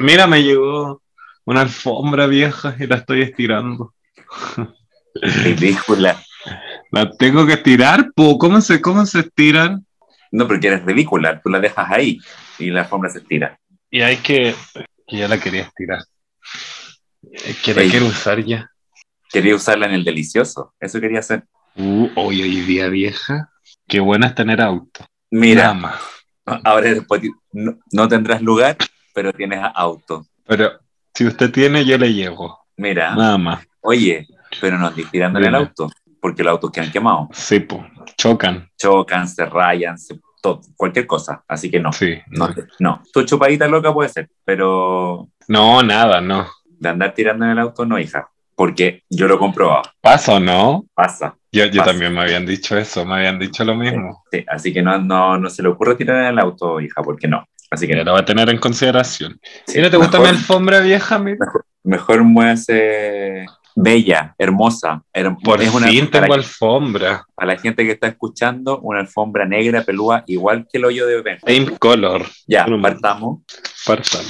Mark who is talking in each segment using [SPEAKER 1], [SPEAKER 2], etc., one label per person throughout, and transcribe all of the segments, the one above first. [SPEAKER 1] Mira, me llegó una alfombra vieja y la estoy estirando.
[SPEAKER 2] Ridícula.
[SPEAKER 1] La tengo que estirar, po. ¿Cómo se, cómo se estiran?
[SPEAKER 2] No, porque eres ridícula. Tú la dejas ahí y la alfombra se estira.
[SPEAKER 1] Y hay que. que ya la quería estirar. Eh, Que la
[SPEAKER 2] Ey.
[SPEAKER 1] quiero usar ya.
[SPEAKER 2] Quería usarla en el delicioso. Eso quería hacer.
[SPEAKER 1] Uh, hoy, hoy día vieja. Qué buena es tener auto.
[SPEAKER 2] Mira,
[SPEAKER 1] Dama.
[SPEAKER 2] ahora después ti- no, no tendrás lugar, pero tienes auto.
[SPEAKER 1] Pero si usted tiene, yo le llevo.
[SPEAKER 2] Mira,
[SPEAKER 1] Nada más.
[SPEAKER 2] oye, pero no andes tirando en el
[SPEAKER 1] Dime.
[SPEAKER 2] auto, porque los autos que han quemado
[SPEAKER 1] Sí, po. Chocan.
[SPEAKER 2] chocan, se rayan, se- todo, cualquier cosa. Así que no.
[SPEAKER 1] Sí.
[SPEAKER 2] No,
[SPEAKER 1] No,
[SPEAKER 2] no. Tu chupadita loca puede ser, pero
[SPEAKER 1] no nada, no.
[SPEAKER 2] de andar tirando en el auto no, hija. Porque yo lo he comprobado,
[SPEAKER 1] Paso, ¿no?
[SPEAKER 2] pasa.
[SPEAKER 1] Yo, yo
[SPEAKER 2] Paso.
[SPEAKER 1] también me habían dicho eso, me habían dicho lo mismo.
[SPEAKER 2] Sí, así que no, no, no se le ocurre tirar en el auto, hija, porque no. Así que
[SPEAKER 1] Ya lo va a tener en consideración.
[SPEAKER 2] sí,
[SPEAKER 1] ¿Y no te gusta mi
[SPEAKER 2] mejor,
[SPEAKER 1] alfombra vieja, mi?
[SPEAKER 2] mejor muévase bella, hermosa. her-
[SPEAKER 1] Por
[SPEAKER 2] es una-
[SPEAKER 1] fin
[SPEAKER 2] para,
[SPEAKER 1] tengo alfombra.
[SPEAKER 2] para la gente que está escuchando, una alfombra negra pelúa, igual que el hoyo de Ben.
[SPEAKER 1] Same color.
[SPEAKER 2] Ya,
[SPEAKER 1] Bueno,
[SPEAKER 2] partamos.
[SPEAKER 1] Partan.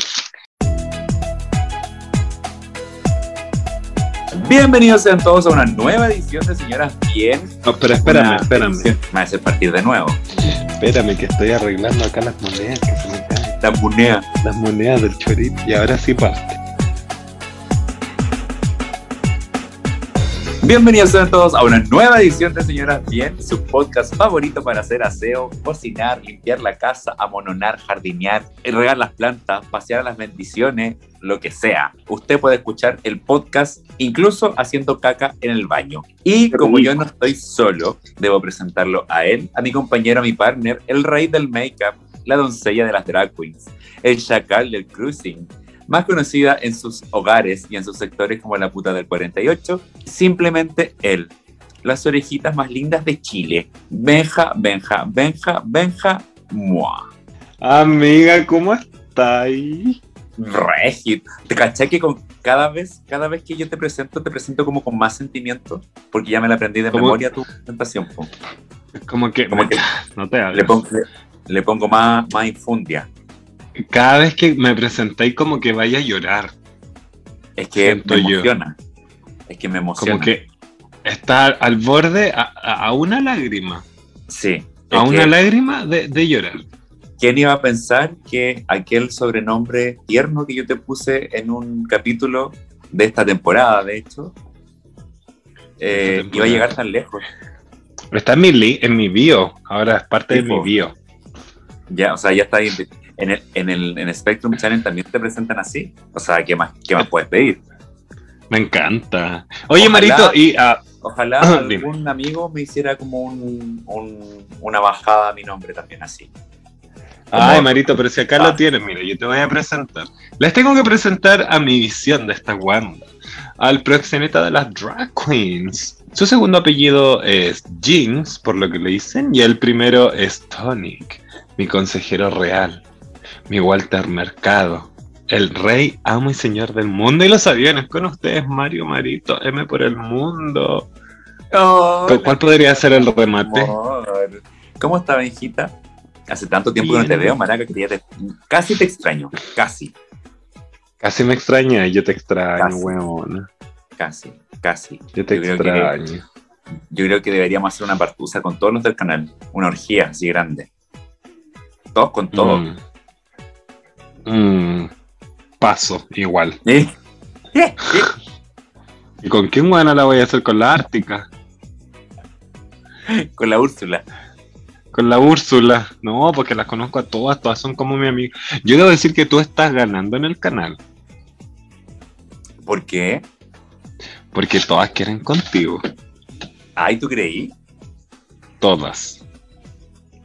[SPEAKER 2] Bienvenidos sean todos a una nueva edición de Señoras Bien.
[SPEAKER 1] No, pero espérame,
[SPEAKER 2] Una
[SPEAKER 1] espérame.
[SPEAKER 2] edición- Me hace partir de nuevo.
[SPEAKER 1] Espérame que estoy arreglando acá las monedas que se me caen.
[SPEAKER 2] La bunea.
[SPEAKER 1] Las monedas del chorito. Y ahora sí parte.
[SPEAKER 2] Bienvenidos sean todos a una nueva edición de Señoras Bien, su podcast favorito para hacer aseo, cocinar, limpiar la casa, amononar, jardinear, regar las plantas, pasear a las bendiciones, lo que sea. Usted puede escuchar el podcast incluso haciendo caca en el baño. Y como yo no estoy solo, debo presentarlo a él, a mi compañero, a mi partner, el rey del make-up, la doncella de las drag queens, el chacal del cruising, más conocida en sus hogares y en sus sectores como la puta del 48, simplemente él. Las orejitas más lindas de Chile. Benja, Benja, Benja, Benja, mua.
[SPEAKER 1] Amiga, ¿cómo estáis?
[SPEAKER 2] Regit. Te caché que con cada vez, cada vez que yo te presento, te presento como con más sentimiento. Porque ya me la aprendí de
[SPEAKER 1] ¿Cómo?
[SPEAKER 2] memoria tu presentación. po.
[SPEAKER 1] Como que,
[SPEAKER 2] Como que
[SPEAKER 1] no te
[SPEAKER 2] le
[SPEAKER 1] hables.
[SPEAKER 2] pongo, le, le pongo más, más infundia.
[SPEAKER 1] Cada vez que me presentáis como que vaya a llorar.
[SPEAKER 2] Es que
[SPEAKER 1] Siento
[SPEAKER 2] me
[SPEAKER 1] yo.
[SPEAKER 2] emociona. Es que me emociona.
[SPEAKER 1] Como que está al, al borde a, a- a una lágrima.
[SPEAKER 2] sí. Es
[SPEAKER 1] A una
[SPEAKER 2] que-
[SPEAKER 1] lágrima de, de llorar.
[SPEAKER 2] ¿Quién iba a pensar que aquel sobrenombre tierno que yo te puse en un capítulo de esta temporada, de hecho, eh,
[SPEAKER 1] Esta temporada.
[SPEAKER 2] iba a llegar tan lejos?
[SPEAKER 1] Está en mi, li- en mi bio. Ahora es parte
[SPEAKER 2] Sí,
[SPEAKER 1] de mi
[SPEAKER 2] po.
[SPEAKER 1] bio.
[SPEAKER 2] Ya, o sea, ya está ahí. En el, en el en Spectrum Challenge también te presentan así. O sea, ¿qué más, qué más puedes pedir?
[SPEAKER 1] Me encanta. Oye,
[SPEAKER 2] Ojalá.
[SPEAKER 1] Marito, y ah,
[SPEAKER 2] Ojalá
[SPEAKER 1] Dime.
[SPEAKER 2] algún amigo me hiciera como un, un- una bajada a mi nombre también así.
[SPEAKER 1] Ay,
[SPEAKER 2] Como-
[SPEAKER 1] Marito, pero si acá
[SPEAKER 2] Ah.
[SPEAKER 1] lo tienes, mira, yo te voy a presentar. Les tengo que presentar a mi visión de esta Wanda, al proxeneta de las drag queens. Su segundo apellido es Jinx, por lo que le dicen, y el primero es Tonic, mi consejero real, mi Walter Mercado, el rey, amo y señor del mundo y los aviones. Con ustedes, Mario Marito, M por el mundo.
[SPEAKER 2] "Oh,
[SPEAKER 1] ¿Cu- ¿Cuál podría ser el remate?
[SPEAKER 2] Amor. ¿Cómo está, Benjita? Hace tanto tiempo que no te
[SPEAKER 1] Bien.
[SPEAKER 2] veo, Maraca, que ya te- casi te extraño. Casi,
[SPEAKER 1] Casi me extraña, yo te extraño,
[SPEAKER 2] Casi.
[SPEAKER 1] weón.
[SPEAKER 2] casi, casi.
[SPEAKER 1] Yo te
[SPEAKER 2] Yo creo que-
[SPEAKER 1] extraño.
[SPEAKER 2] Yo creo que deberíamos hacer una partusa con todos los del canal. Una orgía así grande. Todos con todos.
[SPEAKER 1] Mm. Mm. Paso, igual.
[SPEAKER 2] ¿Eh? ¿Eh? ¿Eh?
[SPEAKER 1] ¿Y con quién buena la voy a hacer? Con la Ártica,
[SPEAKER 2] Con la Úrsula.
[SPEAKER 1] con la Úrsula. No, porque las conozco a todas, todas son como mi amiga. Yo debo decir que tú estás ganando en el canal,
[SPEAKER 2] ¿Por qué?
[SPEAKER 1] porque todas quieren contigo.
[SPEAKER 2] Ay, ¿tú creí?
[SPEAKER 1] Todas.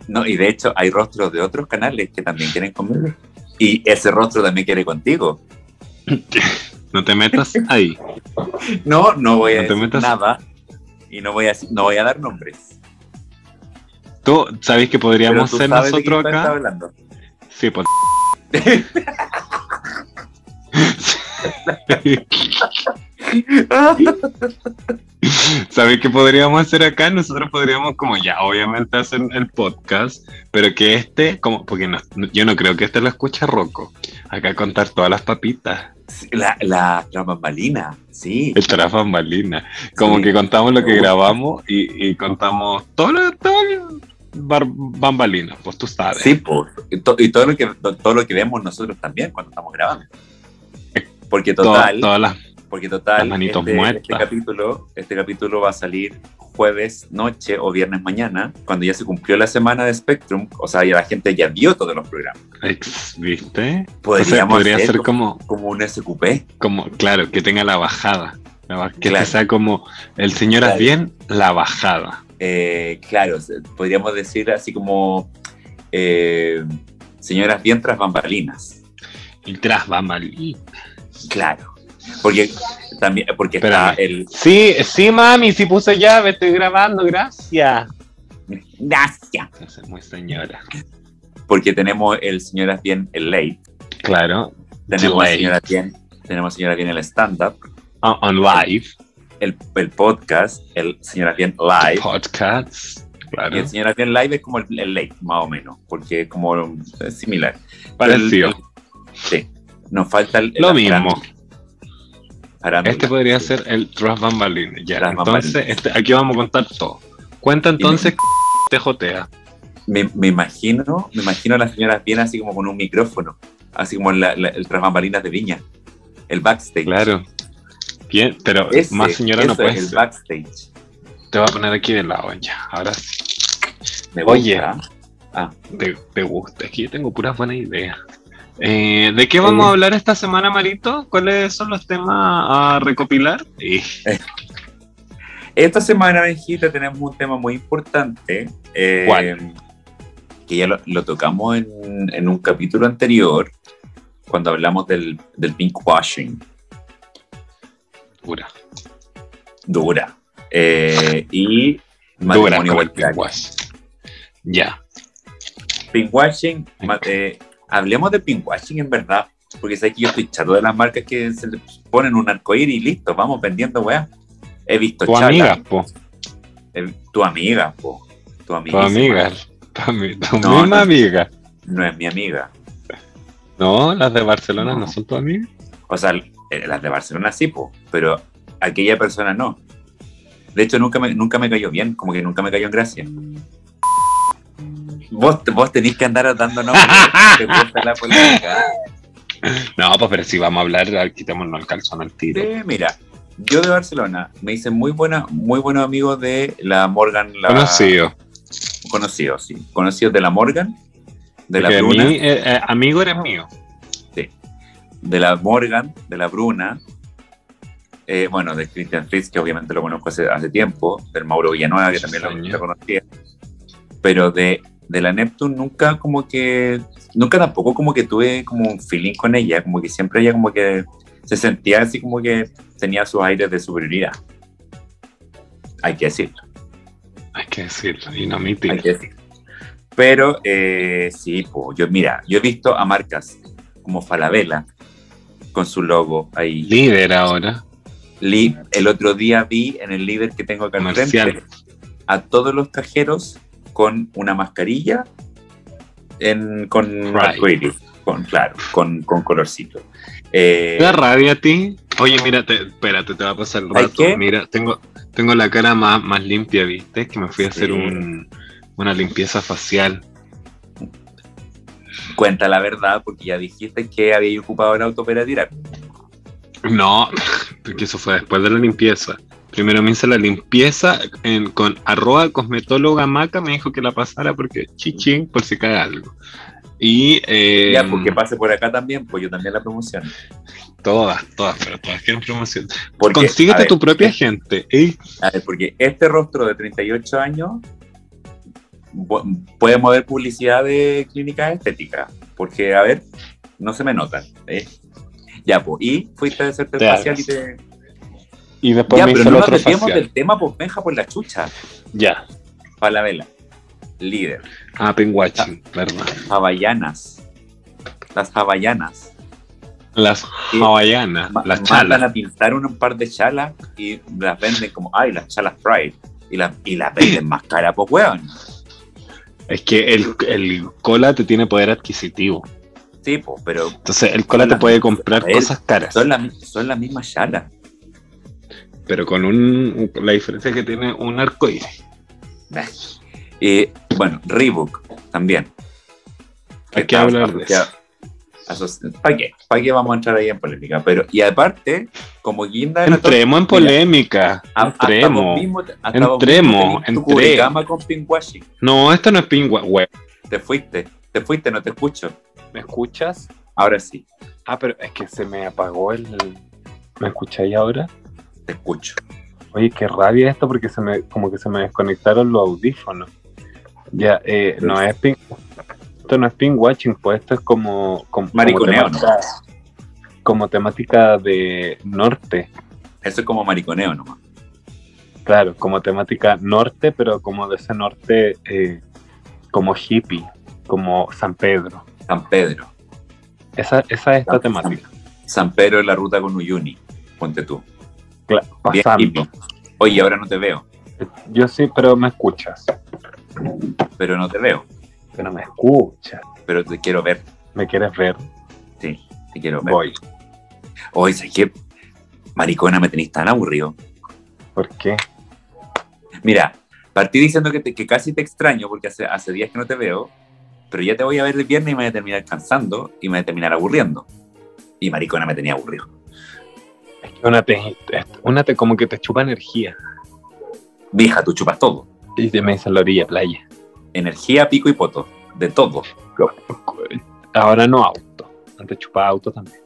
[SPEAKER 2] No, y de hecho hay rostros de otros canales que también quieren conmigo. Y ese rostro también quiere contigo.
[SPEAKER 1] No te metas ahí.
[SPEAKER 2] No, no voy a
[SPEAKER 1] No te
[SPEAKER 2] decir
[SPEAKER 1] metas.
[SPEAKER 2] nada. Y no voy a, no voy a dar nombres.
[SPEAKER 1] Tú sabes que podríamos
[SPEAKER 2] Pero tú
[SPEAKER 1] ser
[SPEAKER 2] sabes de
[SPEAKER 1] nosotros
[SPEAKER 2] quién estás
[SPEAKER 1] acá.
[SPEAKER 2] hablando.
[SPEAKER 1] Sí, pues, por. ¿Sabes qué podríamos hacer acá? Nosotros podríamos como ya, obviamente hacer el podcast, pero que este, como, porque no- yo no creo que este lo escuche Rocco. Acá contar todas las papitas,
[SPEAKER 2] La, la, la bambalina, sí.
[SPEAKER 1] el tras bambalina. Como
[SPEAKER 2] Sí.
[SPEAKER 1] que contamos lo que
[SPEAKER 2] Me gusta.
[SPEAKER 1] grabamos y, y contamos todo lo, todo el bar- bambalinas, pues tú sabes.
[SPEAKER 2] Sí, po. Y, to- y todo, lo que, to- todo lo que vemos nosotros también cuando estamos grabando. Porque
[SPEAKER 1] Todo-
[SPEAKER 2] total,
[SPEAKER 1] todas las
[SPEAKER 2] porque total,
[SPEAKER 1] las manitos
[SPEAKER 2] este,
[SPEAKER 1] muertas.
[SPEAKER 2] este capítulo, este capítulo va a salir jueves noche o viernes mañana, cuando ya se cumplió la semana de Spectrum, o sea, ya la gente ya vio todos los programas.
[SPEAKER 1] ex, ¿viste? O
[SPEAKER 2] Podríamos
[SPEAKER 1] sea, podría
[SPEAKER 2] hacer
[SPEAKER 1] ser
[SPEAKER 2] como,
[SPEAKER 1] como,
[SPEAKER 2] como un SQP.
[SPEAKER 1] como, claro, que tenga la bajada. La ba- Que
[SPEAKER 2] Claro.
[SPEAKER 1] este sea como el señor
[SPEAKER 2] Claro.
[SPEAKER 1] bien, la bajada.
[SPEAKER 2] Eh, claro, se- podríamos decir así como eh, señoras bien tras bambalinas.
[SPEAKER 1] Y tras bambalinas.
[SPEAKER 2] Claro. Porque también, porque está
[SPEAKER 1] Espérame.
[SPEAKER 2] el
[SPEAKER 1] Sí, sí, mami, sí puse llave, estoy grabando, gracias.
[SPEAKER 2] gracias.
[SPEAKER 1] Esa es muy señora.
[SPEAKER 2] Porque tenemos el señoras bien el late.
[SPEAKER 1] Claro,
[SPEAKER 2] Tenemos
[SPEAKER 1] Late.
[SPEAKER 2] señoras bien, tenemos señoras bien el stand up,
[SPEAKER 1] on, on live,
[SPEAKER 2] el, el podcast, el señoras bien live.
[SPEAKER 1] podcasts, claro.
[SPEAKER 2] Y el señoras bien live es como el, el late, más o menos, porque es como es similar.
[SPEAKER 1] Parecido.
[SPEAKER 2] El- el- sí. Nos falta el,
[SPEAKER 1] Lo
[SPEAKER 2] la
[SPEAKER 1] mismo.
[SPEAKER 2] parán- parándula.
[SPEAKER 1] Este podría ser el tras bambalinas. Ya,
[SPEAKER 2] Tras
[SPEAKER 1] entonces,
[SPEAKER 2] bambalinas.
[SPEAKER 1] este- aquí vamos a contar todo. Cuenta entonces, te jotea.
[SPEAKER 2] me, me imagino, me imagino a las señoras bien así como con un micrófono, así como la, la- el tras bambalinas de Viña, el backstage.
[SPEAKER 1] Claro. Bien, pero
[SPEAKER 2] Ese,
[SPEAKER 1] más señora no
[SPEAKER 2] eso
[SPEAKER 1] puede
[SPEAKER 2] es el
[SPEAKER 1] ser.
[SPEAKER 2] backstage.
[SPEAKER 1] Te voy a poner aquí de lado ya. Ahora sí.
[SPEAKER 2] Me
[SPEAKER 1] Oye.
[SPEAKER 2] gusta.
[SPEAKER 1] Ah, Te, te gusta. Es que yo tengo puras buenas ideas. Eh, ¿De qué vamos a
[SPEAKER 2] Eh.
[SPEAKER 1] hablar esta semana, Marito? ¿Cuáles son los temas a recopilar? Eh, Sí.
[SPEAKER 2] Esta semana, Benjita, tenemos un tema muy importante. eh,
[SPEAKER 1] ¿Cuál?
[SPEAKER 2] Que ya lo, lo tocamos en, en un capítulo anterior, cuando hablamos del, del pinkwashing.
[SPEAKER 1] Dura.
[SPEAKER 2] Dura. Eh, y
[SPEAKER 1] Dura
[SPEAKER 2] matrimonio
[SPEAKER 1] como el
[SPEAKER 2] igualitario.
[SPEAKER 1] pinguas. Ya.
[SPEAKER 2] Pinkwashing, ma- eh, hablemos de pinkwashing en verdad, porque sé que yo estoy chato de las marcas que se le ponen un arcoíris y listo, vamos vendiendo weá. He visto
[SPEAKER 1] Tu
[SPEAKER 2] chala,
[SPEAKER 1] amiga, po.
[SPEAKER 2] he- tu amiga, po, tu
[SPEAKER 1] Tu
[SPEAKER 2] amiguísima.
[SPEAKER 1] amiga. Tu, ami- tu
[SPEAKER 2] No,
[SPEAKER 1] misma
[SPEAKER 2] no.
[SPEAKER 1] amiga.
[SPEAKER 2] No es mi amiga.
[SPEAKER 1] No, las de Barcelona no,
[SPEAKER 2] No.
[SPEAKER 1] son tu amiga.
[SPEAKER 2] O sea, eh, las de Barcelona sí, po, pero aquella persona no. De hecho, nunca me, nunca me cayó bien, como que nunca me cayó en gracia. Vos, vos tenés que andar dando nombres, te gusta la política.
[SPEAKER 1] No, pues pero si vamos a hablar, quitémonos el calzón al tiro.
[SPEAKER 2] Sí, mira, yo de Barcelona me hice muy buena, muy buenos amigos de la Morgan, la
[SPEAKER 1] Conocido.
[SPEAKER 2] conocidos, sí, conocidos de la Morgan, de la
[SPEAKER 1] Porque a
[SPEAKER 2] Bruna,
[SPEAKER 1] mí, eh, eh, amigo eres mío.
[SPEAKER 2] de la Morgan, de la Bruna, eh, bueno, de Christian Fritz, que obviamente lo conozco hace, hace tiempo, del Mauro Villanueva, que
[SPEAKER 1] Muchos
[SPEAKER 2] también lo,
[SPEAKER 1] años.
[SPEAKER 2] lo conocía, pero de, de la Neptune nunca como que, nunca tampoco como que tuve como un feeling con ella, como que siempre ella como que se sentía así como que tenía sus aires de superioridad. Hay que decirlo.
[SPEAKER 1] Hay que decirlo, y no
[SPEAKER 2] Hay
[SPEAKER 1] omitir.
[SPEAKER 2] que decir. Pero eh, sí, po, yo mira, yo he visto a marcas como Falabella con su logo ahí.
[SPEAKER 1] Líder ahora.
[SPEAKER 2] Li- el otro día vi en el líder que tengo acá al
[SPEAKER 1] Comercial.
[SPEAKER 2] frente a todos los cajeros con una mascarilla en, con
[SPEAKER 1] Right.
[SPEAKER 2] arcoíris, con claro, con, con colorcito. Eh,
[SPEAKER 1] ¿Te da rabia a ti? Oye, mira, te- espérate, te va a pasar el
[SPEAKER 2] ¿Ay,
[SPEAKER 1] rato.
[SPEAKER 2] qué?
[SPEAKER 1] Mira, tengo, tengo la cara más, más limpia, ¿viste? Que me fui a
[SPEAKER 2] Sí.
[SPEAKER 1] hacer un- una limpieza facial.
[SPEAKER 2] cuenta la verdad, porque ya dijiste que había ocupado el auto operativa.
[SPEAKER 1] No, porque eso fue después de la limpieza. Primero me hice la limpieza en- con arroba cosmetóloga maca, me dijo que la pasara porque chichín, por si cae algo. Y eh,
[SPEAKER 2] Ya, porque pase por acá también, pues yo también la promociono.
[SPEAKER 1] todas, todas, pero todas quieren promoción.
[SPEAKER 2] Porque, a
[SPEAKER 1] Consíguete
[SPEAKER 2] ver,
[SPEAKER 1] tu propia gente. ¿eh?
[SPEAKER 2] A ver, porque este rostro de 38 años bu- puede mover publicidad de clínica estética. Porque, a ver, no se me notan. ¿eh? Ya, pues, y fuiste a hacerte el
[SPEAKER 1] Te
[SPEAKER 2] facial
[SPEAKER 1] hagas.
[SPEAKER 2] y te...
[SPEAKER 1] Y después
[SPEAKER 2] Ya,
[SPEAKER 1] Pues me hice
[SPEAKER 2] pero no
[SPEAKER 1] el
[SPEAKER 2] nos
[SPEAKER 1] otro
[SPEAKER 2] desviemos
[SPEAKER 1] facial.
[SPEAKER 2] del tema, pues, venja por la chucha.
[SPEAKER 1] Ya.
[SPEAKER 2] Falabella, líder,
[SPEAKER 1] Ah, Penguachin, perdón.
[SPEAKER 2] havayanas. Las havayanas.
[SPEAKER 1] Las
[SPEAKER 2] Sí.
[SPEAKER 1] hawaianas,
[SPEAKER 2] Ma-
[SPEAKER 1] las
[SPEAKER 2] Mandan
[SPEAKER 1] chalas.
[SPEAKER 2] a pintar un par de chalas y las venden como, ay, las chalas Pride. Y las y las venden más cara, pues, weón.
[SPEAKER 1] Es que el, el cola te tiene poder adquisitivo.
[SPEAKER 2] Sí, pues, pero
[SPEAKER 1] Entonces, el cola te
[SPEAKER 2] Las-
[SPEAKER 1] puede comprar
[SPEAKER 2] a ver,
[SPEAKER 1] cosas caras.
[SPEAKER 2] son las son las mismas chalas.
[SPEAKER 1] Pero con un, la diferencia es que tiene un arcoíris.
[SPEAKER 2] Y Eh, bueno, Reebok también.
[SPEAKER 1] Hay que
[SPEAKER 2] Está
[SPEAKER 1] hablar de eso.
[SPEAKER 2] asoci- ¿Para qué? ¿Para qué vamos a entrar ahí en polémica? Pero, y aparte, como guinda de la torta,
[SPEAKER 1] Entremos en polémica.
[SPEAKER 2] a- hasta vos
[SPEAKER 1] Entremos.
[SPEAKER 2] mismo te- hasta vos mismo
[SPEAKER 1] Entremos,
[SPEAKER 2] tenés tu
[SPEAKER 1] entremos.
[SPEAKER 2] cubricama con pinkwashing.
[SPEAKER 1] No, esto no es pingua. Güey,
[SPEAKER 2] Te fuiste, te fuiste, no te escucho.
[SPEAKER 1] ¿Me escuchas?
[SPEAKER 2] Ahora sí,
[SPEAKER 1] Ah, pero es que se me apagó el. ¿Me escucháis ahora?
[SPEAKER 2] te escucho.
[SPEAKER 1] Oye, qué rabia esto porque se me, como que se me desconectaron los audífonos. Ya, eh, no es ping, esto no es ping watching, pues esto es como, como,
[SPEAKER 2] Mariconeo,
[SPEAKER 1] como temática, como temática de norte,
[SPEAKER 2] Eso es como mariconeo nomás.
[SPEAKER 1] claro, como temática norte, pero como de ese norte eh, como hippie, como San Pedro.
[SPEAKER 2] San Pedro.
[SPEAKER 1] Esa, esa es esta
[SPEAKER 2] San-
[SPEAKER 1] temática.
[SPEAKER 2] San Pedro es la ruta con Uyuni. Ponte tú.
[SPEAKER 1] Cla-
[SPEAKER 2] Bien
[SPEAKER 1] pasando.
[SPEAKER 2] hippie. Oye, ahora no te veo,
[SPEAKER 1] Yo sí, pero me escuchas.
[SPEAKER 2] pero no te veo.
[SPEAKER 1] Pero me escuchas.
[SPEAKER 2] Pero te quiero ver,
[SPEAKER 1] ¿Me quieres ver?
[SPEAKER 2] sí, te quiero ver.
[SPEAKER 1] Voy.
[SPEAKER 2] Oye, ¿sabes qué? Maricona, me tenéis tan aburrido.
[SPEAKER 1] ¿Por qué?
[SPEAKER 2] Mira, partí diciendo que, te- que casi te extraño porque hace, hace días que no te veo, pero ya te voy a ver el viernes y me voy a terminar cansando y me voy a terminar aburriendo. Y maricona me tenía aburrido.
[SPEAKER 1] Es que una te, una te como que te chupa energía.
[SPEAKER 2] Vieja, tú chupas todo.
[SPEAKER 1] Y te me dicen la orilla, playa.
[SPEAKER 2] Energía, pico y poto. De todo.
[SPEAKER 1] eh, Ahora no auto. Antes chupaba auto también.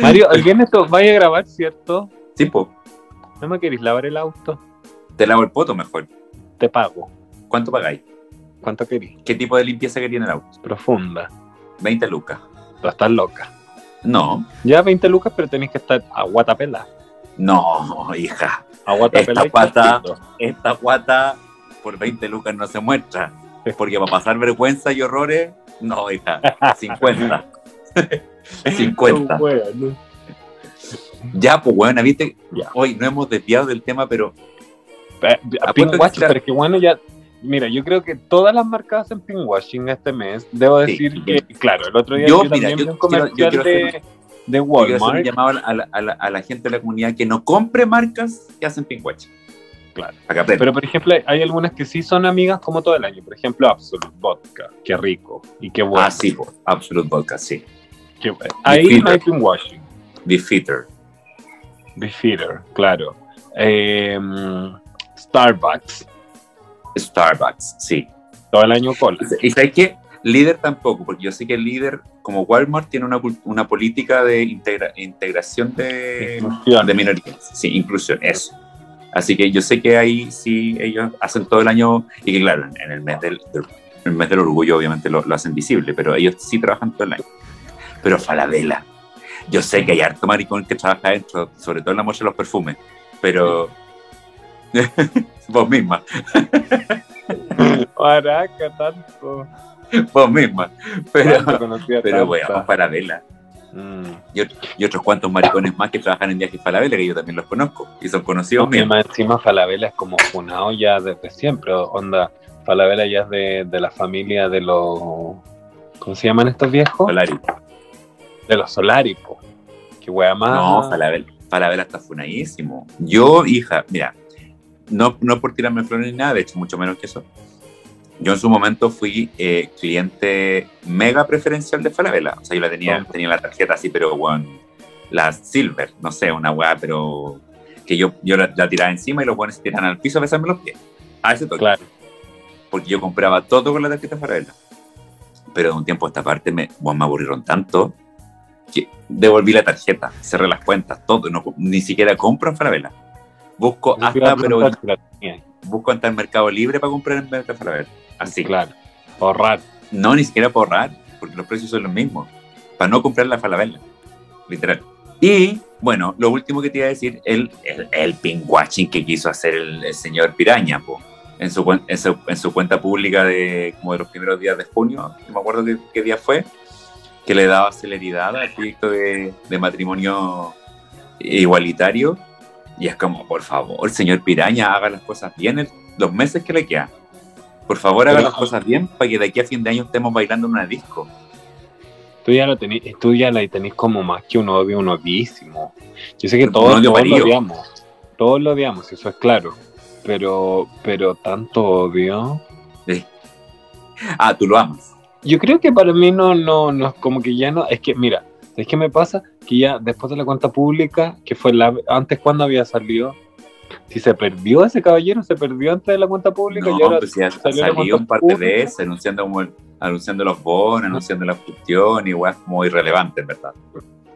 [SPEAKER 1] Mario, el viernes tú vaya a grabar, ¿cierto?
[SPEAKER 2] Sí, po,
[SPEAKER 1] ¿No me queréis lavar el auto?
[SPEAKER 2] te lavo el poto mejor.
[SPEAKER 1] Te pago.
[SPEAKER 2] ¿Cuánto pagáis?
[SPEAKER 1] ¿Cuánto querís?
[SPEAKER 2] ¿Qué tipo de limpieza que tiene el auto?
[SPEAKER 1] Profunda.
[SPEAKER 2] 20 lucas.
[SPEAKER 1] Tú estás loca.
[SPEAKER 2] No,
[SPEAKER 1] Ya 20 lucas, pero tenés que estar a guatapela.
[SPEAKER 2] no, hija.
[SPEAKER 1] A guatapela.
[SPEAKER 2] Esta
[SPEAKER 1] y
[SPEAKER 2] pata-
[SPEAKER 1] chupito.
[SPEAKER 2] Esta guata por 20 lucas no se muestra. Porque para pasar vergüenza y horrores, no, hija. 50. 50.
[SPEAKER 1] Bueno.
[SPEAKER 2] Ya, pues, weón, ¿viste?
[SPEAKER 1] Ya.
[SPEAKER 2] Hoy no hemos desviado del tema, pero
[SPEAKER 1] Eh,
[SPEAKER 2] Apuesto
[SPEAKER 1] Pinkwashing,
[SPEAKER 2] que-
[SPEAKER 1] pero es que bueno, ya. Mira, yo creo que todas las marcas en pinkwashing este mes. Debo
[SPEAKER 2] Sí,
[SPEAKER 1] decir
[SPEAKER 2] sí.
[SPEAKER 1] que, claro, el otro día
[SPEAKER 2] Yo,
[SPEAKER 1] yo,
[SPEAKER 2] mira,
[SPEAKER 1] también
[SPEAKER 2] yo
[SPEAKER 1] vi un
[SPEAKER 2] quiero- yo
[SPEAKER 1] comercial
[SPEAKER 2] quiero
[SPEAKER 1] de,
[SPEAKER 2] hacer
[SPEAKER 1] de
[SPEAKER 2] yo quiero hacer un
[SPEAKER 1] Walmart.
[SPEAKER 2] llamado a la, a la- a la gente de la comunidad que no compre marcas que hacen pinkwatch.
[SPEAKER 1] Claro.
[SPEAKER 2] Para que aprendan.
[SPEAKER 1] Pero, por ejemplo, hay algunas que sí son amigas como todo el año. Por ejemplo, Absolute Vodka. Qué rico y qué bueno.
[SPEAKER 2] ah, sí, pues, Absolute Vodka, sí.
[SPEAKER 1] Qué bueno. Ahí
[SPEAKER 2] Beefeater.
[SPEAKER 1] no hay pinkwashing.
[SPEAKER 2] Defeater.
[SPEAKER 1] Beefeater, claro. Eh, Starbucks.
[SPEAKER 2] Starbucks, sí.
[SPEAKER 1] Todo el año cola.
[SPEAKER 2] Y sabes qué? líder tampoco, porque yo sé que el líder, como Walmart, tiene una, cult- una política de integra- integración de,
[SPEAKER 1] Inclusión.
[SPEAKER 2] de minorías, sí, inclusión, eso. Así que yo sé que ahí sí ellos hacen todo el año, y que claro, en el mes del, del- el mes del orgullo obviamente lo, lo hacen visible, pero ellos sí trabajan todo el año. Pero Falabella, yo sé que hay harto maricón que trabaja dentro, sobre todo en la mocha de los perfumes, pero... vos misma,
[SPEAKER 1] Baraca tanto.
[SPEAKER 2] vos misma, pero...
[SPEAKER 1] Tanto conocí a
[SPEAKER 2] Pero
[SPEAKER 1] tanta.
[SPEAKER 2] weón, Falabella.
[SPEAKER 1] Mm.
[SPEAKER 2] Y otros cuantos maricones más que trabajan en viajes Falabella, que yo también los conozco. Y son conocidos
[SPEAKER 1] Y
[SPEAKER 2] míos.
[SPEAKER 1] más encima Falabella es como funado ya desde siempre, o- onda. Falabella ya es de, de la familia de los... ¿Cómo se llaman estos viejos?
[SPEAKER 2] Solari.
[SPEAKER 1] De los Solari, po. Qué wea más...
[SPEAKER 2] No, Falabella, Falabella está funadísimo. Yo, hija, mira, no, no por tirarme flores ni nada, de hecho, mucho menos que eso. Yo en su momento fui eh, cliente mega preferencial de Falabella. O sea, yo la tenía,
[SPEAKER 1] Toma.
[SPEAKER 2] tenía la tarjeta así, pero weón, la Silver, no sé, una weá, pero que yo, yo la, la tiraba encima y los buenos se tiran al piso a besarme los pies. A ese toque.
[SPEAKER 1] Claro.
[SPEAKER 2] porque yo compraba todo con la tarjeta Falabella. Pero de un tiempo a esta parte me, bueno, me aburrieron tanto que devolví la tarjeta, cerré las cuentas, todo, no, ni siquiera compro en Falabella. Busco
[SPEAKER 1] Yo iba
[SPEAKER 2] hasta,
[SPEAKER 1] a
[SPEAKER 2] pero
[SPEAKER 1] preguntar si la tenía.
[SPEAKER 2] busco hasta el mercado libre para comprar en vez de Falabella. Así.
[SPEAKER 1] Claro. Ahorrar.
[SPEAKER 2] No, ni siquiera para ahorrar, porque los precios son los mismos. Para no comprar la Falabella, literal. Y, bueno, lo último que te iba a decir, el, el, el pinkwashing que quiso hacer el, el señor Piraña, po, en, su, cuen- en, su, en su cuenta pública de como de los primeros días de junio, no me acuerdo qué, qué día fue, que le daba celeridad al proyecto de, de matrimonio igualitario. Y es como, por favor, señor Piraña, haga las cosas bien el- los meses que le quedan. Por favor, haga
[SPEAKER 1] Pero-
[SPEAKER 2] las cosas bien para que de aquí a fin de año estemos bailando en una disco.
[SPEAKER 1] Tú ya, lo tení- tú ya la tenés como más que un odio, un odísimo. Yo sé que
[SPEAKER 2] Un
[SPEAKER 1] todos,
[SPEAKER 2] odio
[SPEAKER 1] todos lo
[SPEAKER 2] amarillo.
[SPEAKER 1] odiamos. Todos lo odiamos, eso es claro. Pero, pero tanto odio.
[SPEAKER 2] Ah, tú lo amas.
[SPEAKER 1] Yo creo que para mí no, no, no, como que ya no, es que mira, es que me pasa que ya después de la cuenta pública, que fue la, antes cuando había salido, si se perdió ese caballero, se perdió antes de la cuenta pública,
[SPEAKER 2] No,
[SPEAKER 1] y ahora
[SPEAKER 2] pues ya
[SPEAKER 1] salió la
[SPEAKER 2] salió un par de
[SPEAKER 1] contrapública.
[SPEAKER 2] veces anunciando, como el- anunciando los bonos, anunciando la cuestión y weas como irrelevantes, ¿verdad?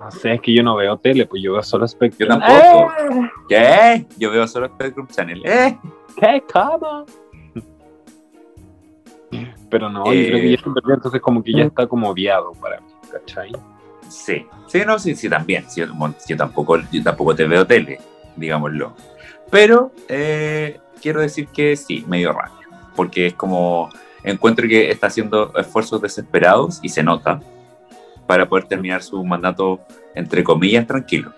[SPEAKER 1] no sé, es que yo no veo tele, pues yo veo solo
[SPEAKER 2] Yo
[SPEAKER 1] espectro. ¡Eh!
[SPEAKER 2] tampoco. ¿Qué? Yo veo solo Spectrum Channel. ¿Eh?
[SPEAKER 1] ¡Qué cama! Pero no, yo creo que
[SPEAKER 2] Eh.
[SPEAKER 1] ya se perdió, entonces como que ya está como viado para mí, ¿cachai?
[SPEAKER 2] Sí, sí, no, sí, sí, también. Sí, yo, yo tampoco, yo tampoco te veo tele, digámoslo. Pero eh, quiero decir que sí, medio raro. Porque es como, encuentro que está haciendo esfuerzos desesperados y se nota para poder terminar su mandato, entre comillas, tranquilo.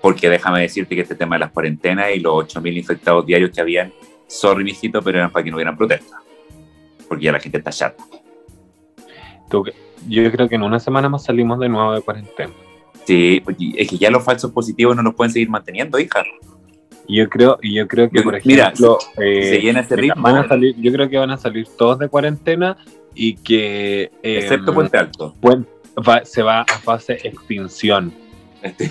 [SPEAKER 2] Porque déjame decirte que este tema de las cuarentenas y los 8.000 infectados diarios que habían, sorry, mijito, pero eran para que no hubieran protestas. Porque ya la gente está chata.
[SPEAKER 1] Tú- yo creo que en una semana más salimos de nuevo de cuarentena.
[SPEAKER 2] Sí, porque es que ya los falsos positivos no los pueden seguir manteniendo, hija.
[SPEAKER 1] Y yo creo, y yo creo que,
[SPEAKER 2] Yo-
[SPEAKER 1] por
[SPEAKER 2] mira,
[SPEAKER 1] ejemplo, eh,
[SPEAKER 2] se llena ese
[SPEAKER 1] mira,
[SPEAKER 2] ritmo,
[SPEAKER 1] van a salir, yo creo que van a salir todos de cuarentena y que eh,
[SPEAKER 2] excepto Puente Alto.
[SPEAKER 1] Puen- va- se va a fase extinción.
[SPEAKER 2] Este,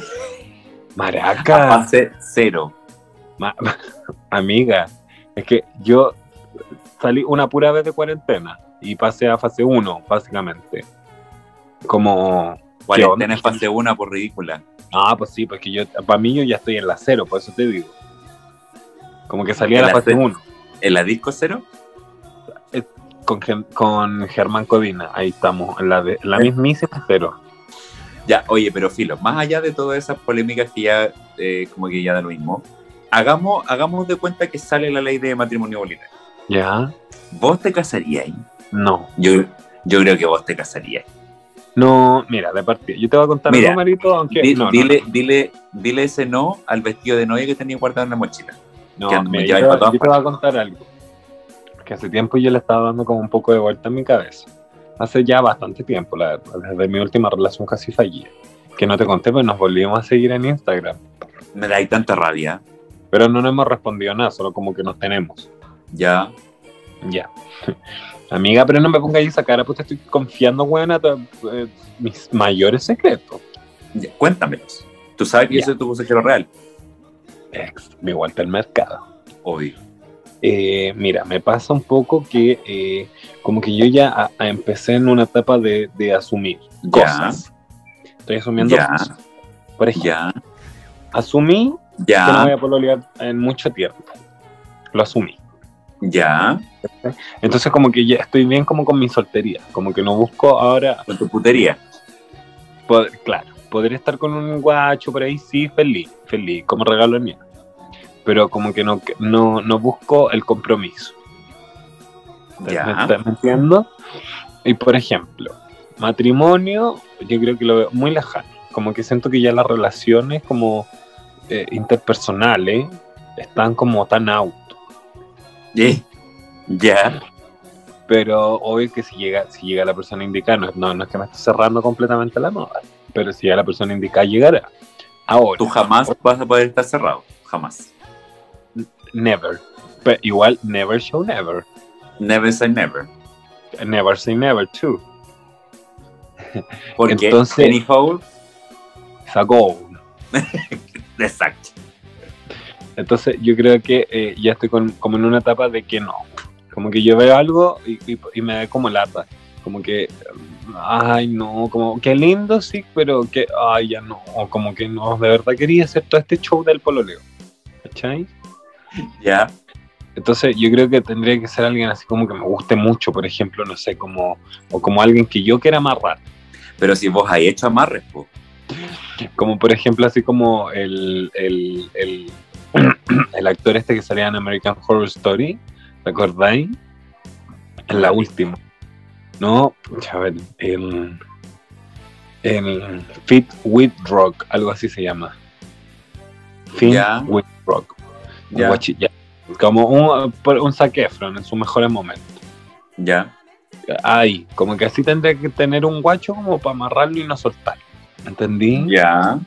[SPEAKER 1] Maraca,
[SPEAKER 2] Ah, Fase cero.
[SPEAKER 1] ma- amiga, es que yo salí una pura vez de cuarentena y pasé a fase 1, básicamente. Como, onda?
[SPEAKER 2] Cuarentena en fase 1 por ridícula.
[SPEAKER 1] ah, pues sí, porque yo, para mí yo ya estoy en la 0, por eso te digo. Como que salí a
[SPEAKER 2] En
[SPEAKER 1] la
[SPEAKER 2] la
[SPEAKER 1] fase
[SPEAKER 2] cero.
[SPEAKER 1] 1.
[SPEAKER 2] ¿En la disco cero?
[SPEAKER 1] con, Gen- con Germán Codina. Ahí estamos, en la, de, en la mismísima cero.
[SPEAKER 2] Ya, oye, pero filo, más allá de todas esas polémicas que ya, eh, como que ya da lo mismo, hagamos, hagamos de cuenta que sale la ley de matrimonio igualitario.
[SPEAKER 1] ¿Ya?
[SPEAKER 2] ¿Vos te casarías? ahí?
[SPEAKER 1] No.
[SPEAKER 2] Yo, yo creo que vos te casarías.
[SPEAKER 1] No, mira, de partida. Yo te voy a contar
[SPEAKER 2] Mira,
[SPEAKER 1] algo, Marito, aunque.
[SPEAKER 2] Di-
[SPEAKER 1] no, no,
[SPEAKER 2] dile, Dile, dile ese no al vestido de novia que tenías guardado en la mochila.
[SPEAKER 1] no,
[SPEAKER 2] que
[SPEAKER 1] mira,
[SPEAKER 2] me
[SPEAKER 1] yo,
[SPEAKER 2] lleváis
[SPEAKER 1] te,
[SPEAKER 2] pa' todas
[SPEAKER 1] yo te voy a contar algo. Que hace tiempo yo le estaba dando como un poco de vuelta en mi cabeza. Hace ya bastante tiempo, la verdad, desde mi última relación casi fallida. Que no te conté, pero nos volvimos a seguir en Instagram.
[SPEAKER 2] Me dais tanta rabia.
[SPEAKER 1] Pero no nos hemos respondido nada, solo como que nos tenemos.
[SPEAKER 2] Ya.
[SPEAKER 1] Ya. Amiga, pero no me pongas esa cara, pues te estoy confiando, weón, a tu- eh, mis mayores secretos.
[SPEAKER 2] Ya, Cuéntamelos. Tú sabes que
[SPEAKER 1] Ya.
[SPEAKER 2] yo soy tu consejero real.
[SPEAKER 1] Ex, mi vuelta al mercado.
[SPEAKER 2] Obvio.
[SPEAKER 1] Eh, mira, me pasa un poco que eh, como que yo ya a- a empecé en una etapa de, de asumir
[SPEAKER 2] Ya.
[SPEAKER 1] cosas. Estoy asumiendo
[SPEAKER 2] Ya.
[SPEAKER 1] cosas. Por ejemplo,
[SPEAKER 2] Ya.
[SPEAKER 1] asumí que no voy
[SPEAKER 2] Ya.
[SPEAKER 1] a pololear en mucho tiempo. Lo asumí.
[SPEAKER 2] Ya.
[SPEAKER 1] Entonces como que ya estoy bien como con mi soltería. Como que no busco ahora
[SPEAKER 2] Con tu putería.
[SPEAKER 1] Pod- claro, podría estar con un guacho por ahí, sí, feliz, feliz, como regalo mío. Pero como que no, no, no busco el compromiso. ¿Te- ¿Me
[SPEAKER 2] Ya.
[SPEAKER 1] estás mintiendo? Y por ejemplo, matrimonio, yo creo que lo veo muy lejano. Como que siento que ya las relaciones como eh, interpersonales están como tan out.
[SPEAKER 2] Eh, Ya.
[SPEAKER 1] Pero obvio que si llega, si llega la persona indicada, no, no, no es que me esté cerrando completamente la moda. Pero si llega la persona indicada, llegará. Ahora.
[SPEAKER 2] Tú jamás vas a poder estar cerrado. Jamás.
[SPEAKER 1] Never. Pero igual, never show never.
[SPEAKER 2] Never say never.
[SPEAKER 1] Never say never, too.
[SPEAKER 2] Porque
[SPEAKER 1] Entonces-
[SPEAKER 2] Penny Hole,
[SPEAKER 1] It's a goal.
[SPEAKER 2] exacto.
[SPEAKER 1] Entonces, yo creo que eh, ya estoy con- como en una etapa de que no. Como que yo veo algo y, y- y me da como lata. Como que, ay, no, como que lindo, sí, pero que, ay, ya no. O como que no, de verdad quería hacer todo este show del pololeo. ¿Cachai?
[SPEAKER 2] Ya.
[SPEAKER 1] Entonces yo creo que tendría que ser alguien así como que me guste mucho, por ejemplo, no sé, como, o como alguien que yo quiera amarrar.
[SPEAKER 2] Pero si vos has hecho amarres, po.
[SPEAKER 1] Como por ejemplo, así como el, el, el, el actor este que salía en American Horror Story, ¿recordáis? En la última. No, pucha, a ver, en, en Fit with Rock, algo así se llama. Fit
[SPEAKER 2] Ya.
[SPEAKER 1] with Rock.
[SPEAKER 2] Ya.
[SPEAKER 1] Guachi- ya. Como un, un Zac Efron en sus mejores momentos.
[SPEAKER 2] Ya.
[SPEAKER 1] Ay, como que así tendría que tener un guacho como para amarrarlo y no soltarlo. ¿Entendí?
[SPEAKER 2] Ya.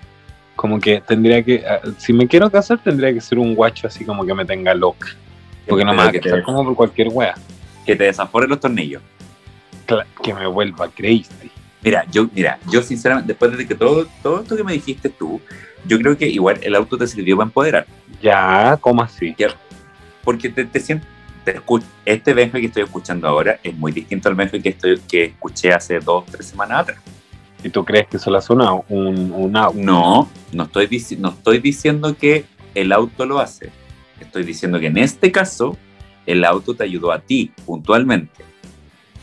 [SPEAKER 1] Como que tendría que, ah, si me quiero casar, tendría que ser un guacho así como que me tenga loca. Porque no me va a
[SPEAKER 2] que,
[SPEAKER 1] casar
[SPEAKER 2] te,
[SPEAKER 1] como por cualquier wea.
[SPEAKER 2] que te desaforen los tornillos.
[SPEAKER 1] Cla- Que me vuelva crazy.
[SPEAKER 2] Mira, yo, mira, yo sinceramente, después de que todo, todo esto que me dijiste tú, yo creo que igual el auto te sirvió para empoderar.
[SPEAKER 1] Ya, ¿cómo así?
[SPEAKER 2] Porque te, te sientes, te escu- este Benja que estoy escuchando ahora es muy distinto al Benja que, estoy, que escuché hace dos, tres semanas atrás.
[SPEAKER 1] ¿Y tú crees que solo hace una, un, un au-
[SPEAKER 2] No, no estoy, dici- no estoy diciendo que el auto lo hace. Estoy diciendo que en este caso, el auto te ayudó a ti puntualmente.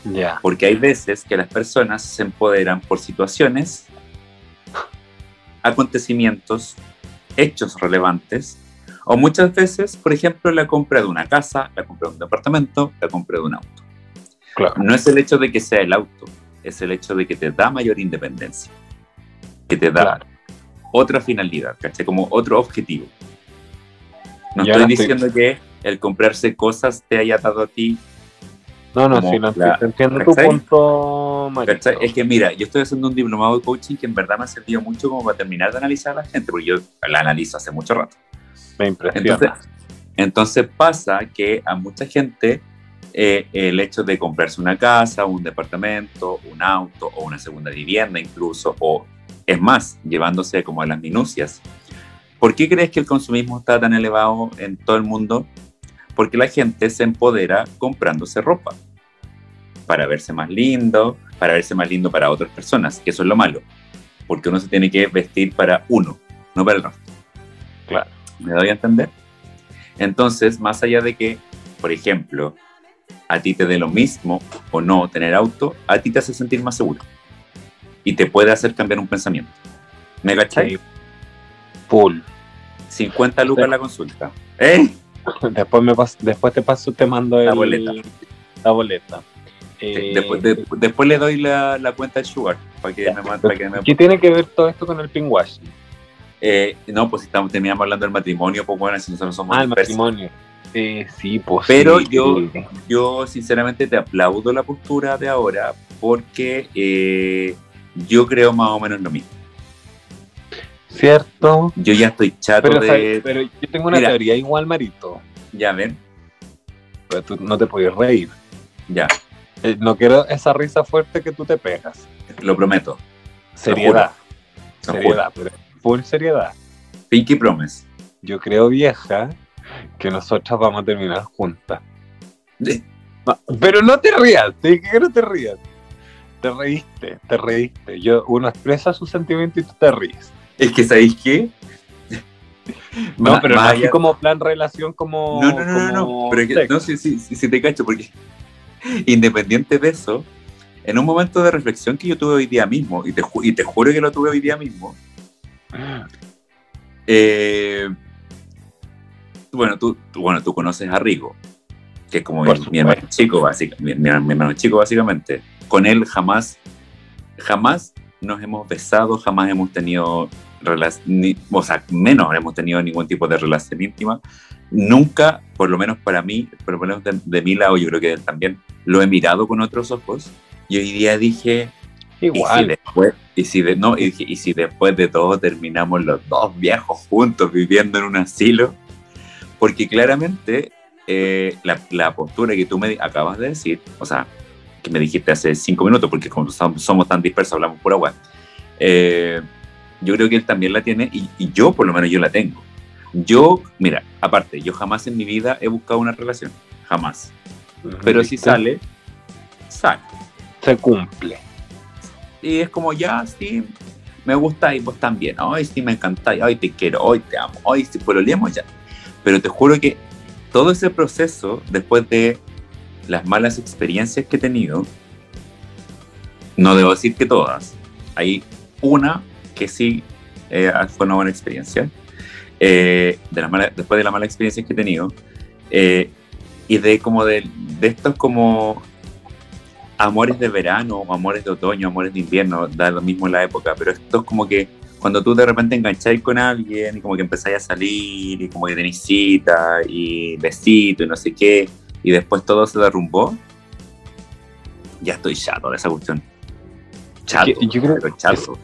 [SPEAKER 1] Ya.
[SPEAKER 2] Porque hay veces que las personas se empoderan por situaciones, acontecimientos, hechos relevantes, o muchas veces, por ejemplo, la compra de una casa, la compra de un departamento, la compra de un auto.
[SPEAKER 1] Claro.
[SPEAKER 2] No es el hecho de que sea el auto, es el hecho de que te da mayor independencia, que te da
[SPEAKER 1] Claro.
[SPEAKER 2] otra finalidad, ¿cachai? Como otro objetivo. No
[SPEAKER 1] Y
[SPEAKER 2] estoy
[SPEAKER 1] ahora estoy-
[SPEAKER 2] diciendo que el comprarse cosas te haya dado a ti
[SPEAKER 1] No, no,
[SPEAKER 2] Como
[SPEAKER 1] sí, no, sí,
[SPEAKER 2] la-
[SPEAKER 1] te entiendo tu
[SPEAKER 2] ¿cachai?
[SPEAKER 1] punto, Marito.
[SPEAKER 2] ¿Cachai? Es que mira, yo estoy haciendo un diplomado de coaching que en verdad me ha servido mucho como para terminar de analizar a la gente, porque yo la analizo hace mucho rato.
[SPEAKER 1] Me impresiona.
[SPEAKER 2] Entonces, entonces pasa que a mucha gente eh, el hecho de comprarse una casa, un departamento, un auto o una segunda vivienda incluso, o es más, llevándose como a las minucias. ¿Por qué crees que el consumismo está tan elevado en todo el mundo? Porque la gente se empodera comprándose ropa para verse más lindo, para verse más lindo para otras personas, que eso es lo malo, porque uno se tiene que vestir para uno, no para el resto.
[SPEAKER 1] Claro.
[SPEAKER 2] ¿Me doy a entender? Entonces, más allá de que, por ejemplo, a ti te dé lo mismo o no tener auto, a ti te hace sentir más seguro y te puede hacer cambiar un pensamiento. ¿Me cachai?
[SPEAKER 1] Sí. Full.
[SPEAKER 2] 50 lucas la consulta. ¿Eh?
[SPEAKER 1] Después, me pas- después te paso, te mando
[SPEAKER 2] La
[SPEAKER 1] el-
[SPEAKER 2] boleta.
[SPEAKER 1] La boleta. Eh,
[SPEAKER 2] Después, de- después le doy la, la cuenta al Sugar para que me mande. para que me-
[SPEAKER 1] ¿Qué tiene que ver todo esto con el pinkwashing?
[SPEAKER 2] Eh, no, pues estamos terminamos hablando del matrimonio, pues bueno, si nosotros somos
[SPEAKER 1] Ah, el
[SPEAKER 2] dispersos.
[SPEAKER 1] matrimonio. Eh, sí, pues.
[SPEAKER 2] Pero
[SPEAKER 1] sí.
[SPEAKER 2] yo- Yo sinceramente te aplaudo la postura de ahora porque eh, yo creo más o menos lo mismo.
[SPEAKER 1] ¿Cierto?
[SPEAKER 2] Yo ya estoy chato
[SPEAKER 1] Pero,
[SPEAKER 2] de...
[SPEAKER 1] ¿sabes? pero yo tengo una
[SPEAKER 2] Mira.
[SPEAKER 1] teoría igual, Marito.
[SPEAKER 2] Ya ven,
[SPEAKER 1] Pero tú no te podías reír.
[SPEAKER 2] ya,
[SPEAKER 1] Eh, no quiero esa risa fuerte que tú te pegas.
[SPEAKER 2] lo prometo.
[SPEAKER 1] Seriedad.
[SPEAKER 2] Te juro.
[SPEAKER 1] seriedad, pero full seriedad.
[SPEAKER 2] Pinky Promise.
[SPEAKER 1] Yo creo, vieja, que nosotras vamos a terminar juntas. No, Pero no te rías, te dije que no te rías. Te reíste, te reíste. Yo, uno expresa su sentimiento y tú te ríes.
[SPEAKER 2] Es que ¿sabéis qué?
[SPEAKER 1] No,
[SPEAKER 2] Más-
[SPEAKER 1] pero no
[SPEAKER 2] más
[SPEAKER 1] así
[SPEAKER 2] allá-
[SPEAKER 1] como plan relación, como.
[SPEAKER 2] No, no, no, no, no.
[SPEAKER 1] como
[SPEAKER 2] Pero que,
[SPEAKER 1] sexo.
[SPEAKER 2] no, sí, sí, sí, sí te cacho, porque independiente de eso, en un momento de reflexión que yo tuve hoy día mismo, y te, ju- y te juro que lo tuve hoy día mismo, eh, bueno, tú, tú- bueno, tú conoces a Rigo, que es como mi,
[SPEAKER 1] Por
[SPEAKER 2] mi hermano chico, básicamente, mi, mi hermano chico, básicamente. Con él jamás, jamás nos hemos besado, jamás hemos tenido relac- ni- o sea, menos hemos tenido ningún tipo de relación íntima. Nunca, por lo menos para mí, por lo menos de, de mi lado, yo creo que de él también, lo he mirado con otros ojos y hoy día dije, y si
[SPEAKER 1] Igual.
[SPEAKER 2] después, y si de, no, y, dije, y si después de todo terminamos los dos viejos juntos viviendo en un asilo, porque claramente eh, la, la postura que tú me di- acabas de decir, o sea, que me dijiste hace cinco minutos, porque como som- somos tan dispersos, hablamos por agua, yo creo que él también la tiene y, y yo por lo menos yo la tengo. Yo, mira, aparte, yo jamás en mi vida he buscado una relación, jamás. Pero si
[SPEAKER 1] ¿Viste?
[SPEAKER 2] sale, sale
[SPEAKER 1] Se cumple.
[SPEAKER 2] y es como ya, sí, me gusta y vos también, hoy sí me encanta, hoy te quiero, hoy te amo, hoy sí pololeamos ya. Pero te juro que todo ese proceso, después de las malas experiencias que he tenido, no debo decir que todas, hay una que sí eh, fue una buena experiencia, eh, de las malas- después de las malas experiencias que he tenido, eh, y de como de, de estos como amores de verano, o amores de otoño, amores de invierno, da lo mismo la época, pero esto es como que cuando tú de repente engancháis con alguien y como que empezáis a salir y como que tenéis cita y besito y no sé qué, y después todo se derrumbó, ya estoy chato de esa cuestión. Chato,
[SPEAKER 1] que yo creo-
[SPEAKER 2] pero chato.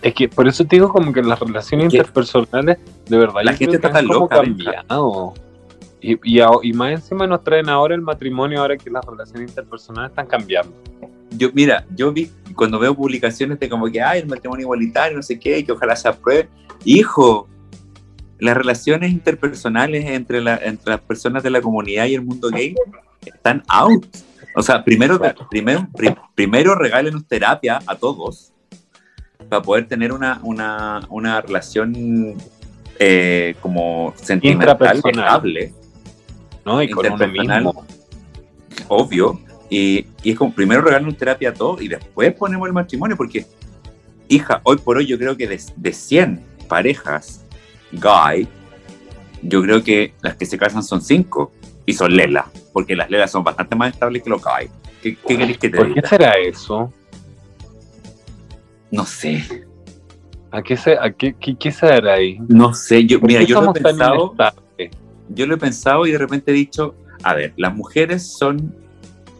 [SPEAKER 1] Es que por eso te digo como que las relaciones
[SPEAKER 2] Es que-
[SPEAKER 1] interpersonales, de verdad,
[SPEAKER 2] La
[SPEAKER 1] yo
[SPEAKER 2] gente
[SPEAKER 1] creo que
[SPEAKER 2] está
[SPEAKER 1] han
[SPEAKER 2] tan
[SPEAKER 1] como
[SPEAKER 2] loca, Benja.
[SPEAKER 1] cambiado. Y, y, a- y más encima nos traen ahora el matrimonio, ahora que las relaciones interpersonales están cambiando.
[SPEAKER 2] Yo, mira, yo vi cuando veo publicaciones de como que hay el matrimonio igualitario, no sé qué, que ojalá se apruebe. Hijo, las relaciones interpersonales entre, la, entre las personas de la comunidad y el mundo gay están out. O sea, primero,
[SPEAKER 1] Claro.
[SPEAKER 2] primero, pri- primero regálenos terapia a todos para poder tener una, una, una relación eh, como sentimental
[SPEAKER 1] Intrapersonal.
[SPEAKER 2] estable
[SPEAKER 1] ¿no? Y con uno
[SPEAKER 2] Interpersonal.
[SPEAKER 1] mismo.
[SPEAKER 2] obvio. Y, y es como primero regalarnos terapia a todos y después ponemos el matrimonio, porque, hija, hoy por hoy yo creo que de, de 100 parejas guy, yo creo que las que se casan son 5 y son lelas, porque las lelas son bastante más estables que los guy. ¿Qué, qué querés que te
[SPEAKER 1] ¿Por qué
[SPEAKER 2] diga?
[SPEAKER 1] será eso?
[SPEAKER 2] No sé,
[SPEAKER 1] ¿A qué, se, a qué, qué, qué será ahí?
[SPEAKER 2] no sé. Yo,
[SPEAKER 1] ¿Por
[SPEAKER 2] mira,
[SPEAKER 1] qué
[SPEAKER 2] yo lo he
[SPEAKER 1] somos tan
[SPEAKER 2] pensado.
[SPEAKER 1] inestables?
[SPEAKER 2] yo lo he pensado y de repente he dicho, a ver, las mujeres son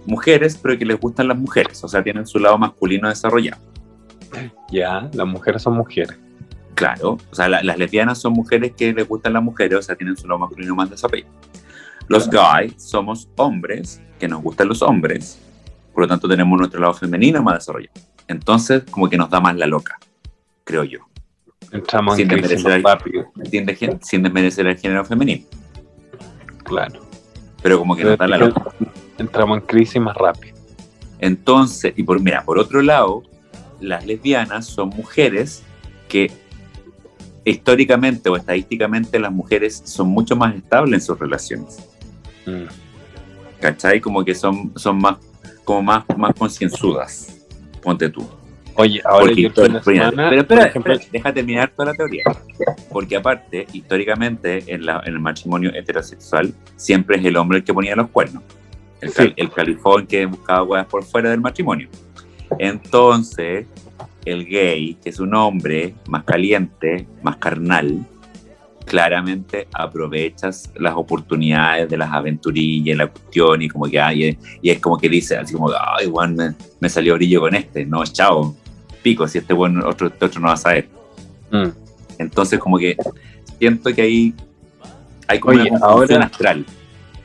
[SPEAKER 2] mujeres, pero que les gustan las mujeres, o sea, tienen su lado masculino desarrollado.
[SPEAKER 1] Ya, las mujeres son mujeres.
[SPEAKER 2] Claro, o sea, la- las lesbianas son mujeres que les gustan las mujeres, o sea, tienen su lado masculino más desarrollado. Los guys somos hombres que nos gustan los hombres, por lo tanto tenemos nuestro lado femenino más desarrollado. Entonces, como que nos da más la loca, creo yo.
[SPEAKER 1] Entramos
[SPEAKER 2] Sin
[SPEAKER 1] en crisis
[SPEAKER 2] desmerecer
[SPEAKER 1] más rápido,
[SPEAKER 2] ¿Me entiendes? Gen- Sin desmerecer el género femenino,
[SPEAKER 1] claro.
[SPEAKER 2] pero como que nos da la loca.
[SPEAKER 1] Entramos en crisis más rápido.
[SPEAKER 2] Entonces, y por, mira, por otro lado, las lesbianas son mujeres que históricamente o estadísticamente las mujeres son mucho más estables en sus relaciones.
[SPEAKER 1] Mm.
[SPEAKER 2] ¿Cachai? Como que son, son más, como más, más concienzudas. Ponte tú.
[SPEAKER 1] Oye, ahora
[SPEAKER 2] Porque
[SPEAKER 1] yo el fin de
[SPEAKER 2] históric- mira,
[SPEAKER 1] semana,
[SPEAKER 2] pero
[SPEAKER 1] por
[SPEAKER 2] espera,
[SPEAKER 1] ejemplo,
[SPEAKER 2] espera, deja terminar toda la teoría. Porque aparte, históricamente, en, la- en el matrimonio heterosexual, siempre es el hombre el que ponía los cuernos. El, cal-
[SPEAKER 1] Sí.
[SPEAKER 2] el califón que buscaba huevas por fuera del matrimonio. Entonces, el gay, que es un hombre más caliente, más carnal, claramente aprovechas las oportunidades de las aventurillas, la cuestión, y como que hay, y es como que dice, así como, ay, weón, me, me salió brillo con este, no, chao, pico, si este bueno, otro, este otro no va a saber.
[SPEAKER 1] mm.
[SPEAKER 2] Entonces, como que siento que ahí hay como
[SPEAKER 1] Oye,
[SPEAKER 2] una confusión
[SPEAKER 1] ahora-
[SPEAKER 2] astral.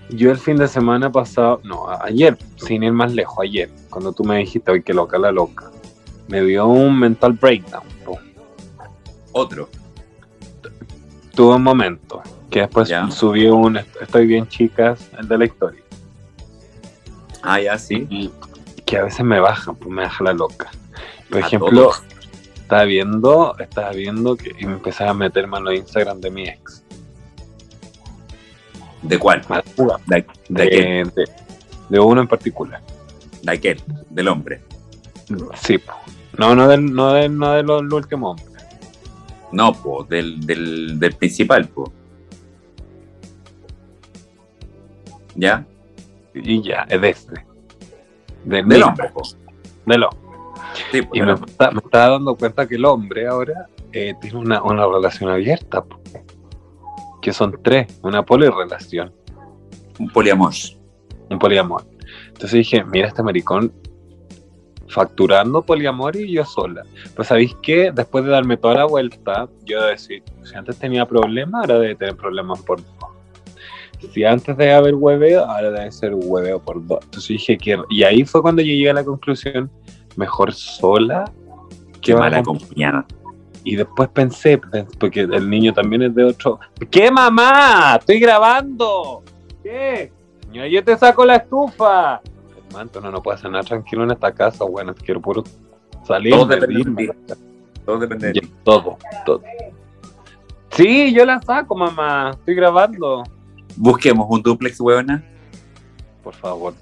[SPEAKER 1] yo el fin de semana pasado, no, a- ayer, sin ir más lejos, ayer, cuando tú me dijiste, hoy que loca la loca, me dio un mental breakdown. po.
[SPEAKER 2] Otro.
[SPEAKER 1] Tuve un momento que después
[SPEAKER 2] Ya.
[SPEAKER 1] subí un Estoy bien, chicas, el de la historia.
[SPEAKER 2] Ah, ya, sí.
[SPEAKER 1] y que a veces me bajan, pues me baja la loca. Por
[SPEAKER 2] A
[SPEAKER 1] ejemplo,
[SPEAKER 2] todos.
[SPEAKER 1] estaba viendo, estaba viendo que y me empezaba a meter mano en Instagram de mi ex.
[SPEAKER 2] ¿De cuál?
[SPEAKER 1] Mala jugada.
[SPEAKER 2] De, de
[SPEAKER 1] De,
[SPEAKER 2] aquel,
[SPEAKER 1] de- de uno en particular.
[SPEAKER 2] de aquel, del hombre.
[SPEAKER 1] Sí, po. no, no del, no del, no del, del último hombre.
[SPEAKER 2] No, po, del, del, del principal, po. ¿Ya?
[SPEAKER 1] Y ya, es de este. Del,
[SPEAKER 2] Del
[SPEAKER 1] mismo,
[SPEAKER 2] hombre, po.
[SPEAKER 1] del hombre.
[SPEAKER 2] Sí, po,
[SPEAKER 1] Y
[SPEAKER 2] del
[SPEAKER 1] me,
[SPEAKER 2] hombre.
[SPEAKER 1] está- me estaba dando cuenta que el hombre ahora eh, tiene una, una relación abierta. po. Que son tres, una polirrelación.
[SPEAKER 2] un poliamor.
[SPEAKER 1] un poliamor. Entonces dije, mira este maricón facturando poliamor y yo sola. Pues sabéis que después de darme toda la vuelta, yo decir, si antes tenía problemas, ahora debe tener problemas por dos. Si antes de haber hueveo, ahora debe ser un hueveo por dos. Entonces dije, que, y ahí fue cuando yo llegué a la conclusión, mejor sola
[SPEAKER 2] Qué
[SPEAKER 1] que
[SPEAKER 2] mala
[SPEAKER 1] con-
[SPEAKER 2] compañía.
[SPEAKER 1] Y después pensé, porque el niño también es de otro. ¿Qué mamá? Estoy grabando. ¿Qué? Señora, yo te saco la estufa. Manto, no, no puedo hacer nada tranquilo en esta casa. Bueno, quiero puro salir.
[SPEAKER 2] Todo depende de
[SPEAKER 1] irme.
[SPEAKER 2] Todo depende de
[SPEAKER 1] Ya,
[SPEAKER 2] ti.
[SPEAKER 1] todo, todo. Sí, yo la saco, mamá. Estoy grabando.
[SPEAKER 2] Busquemos un duplex, huevona.
[SPEAKER 1] Por favor.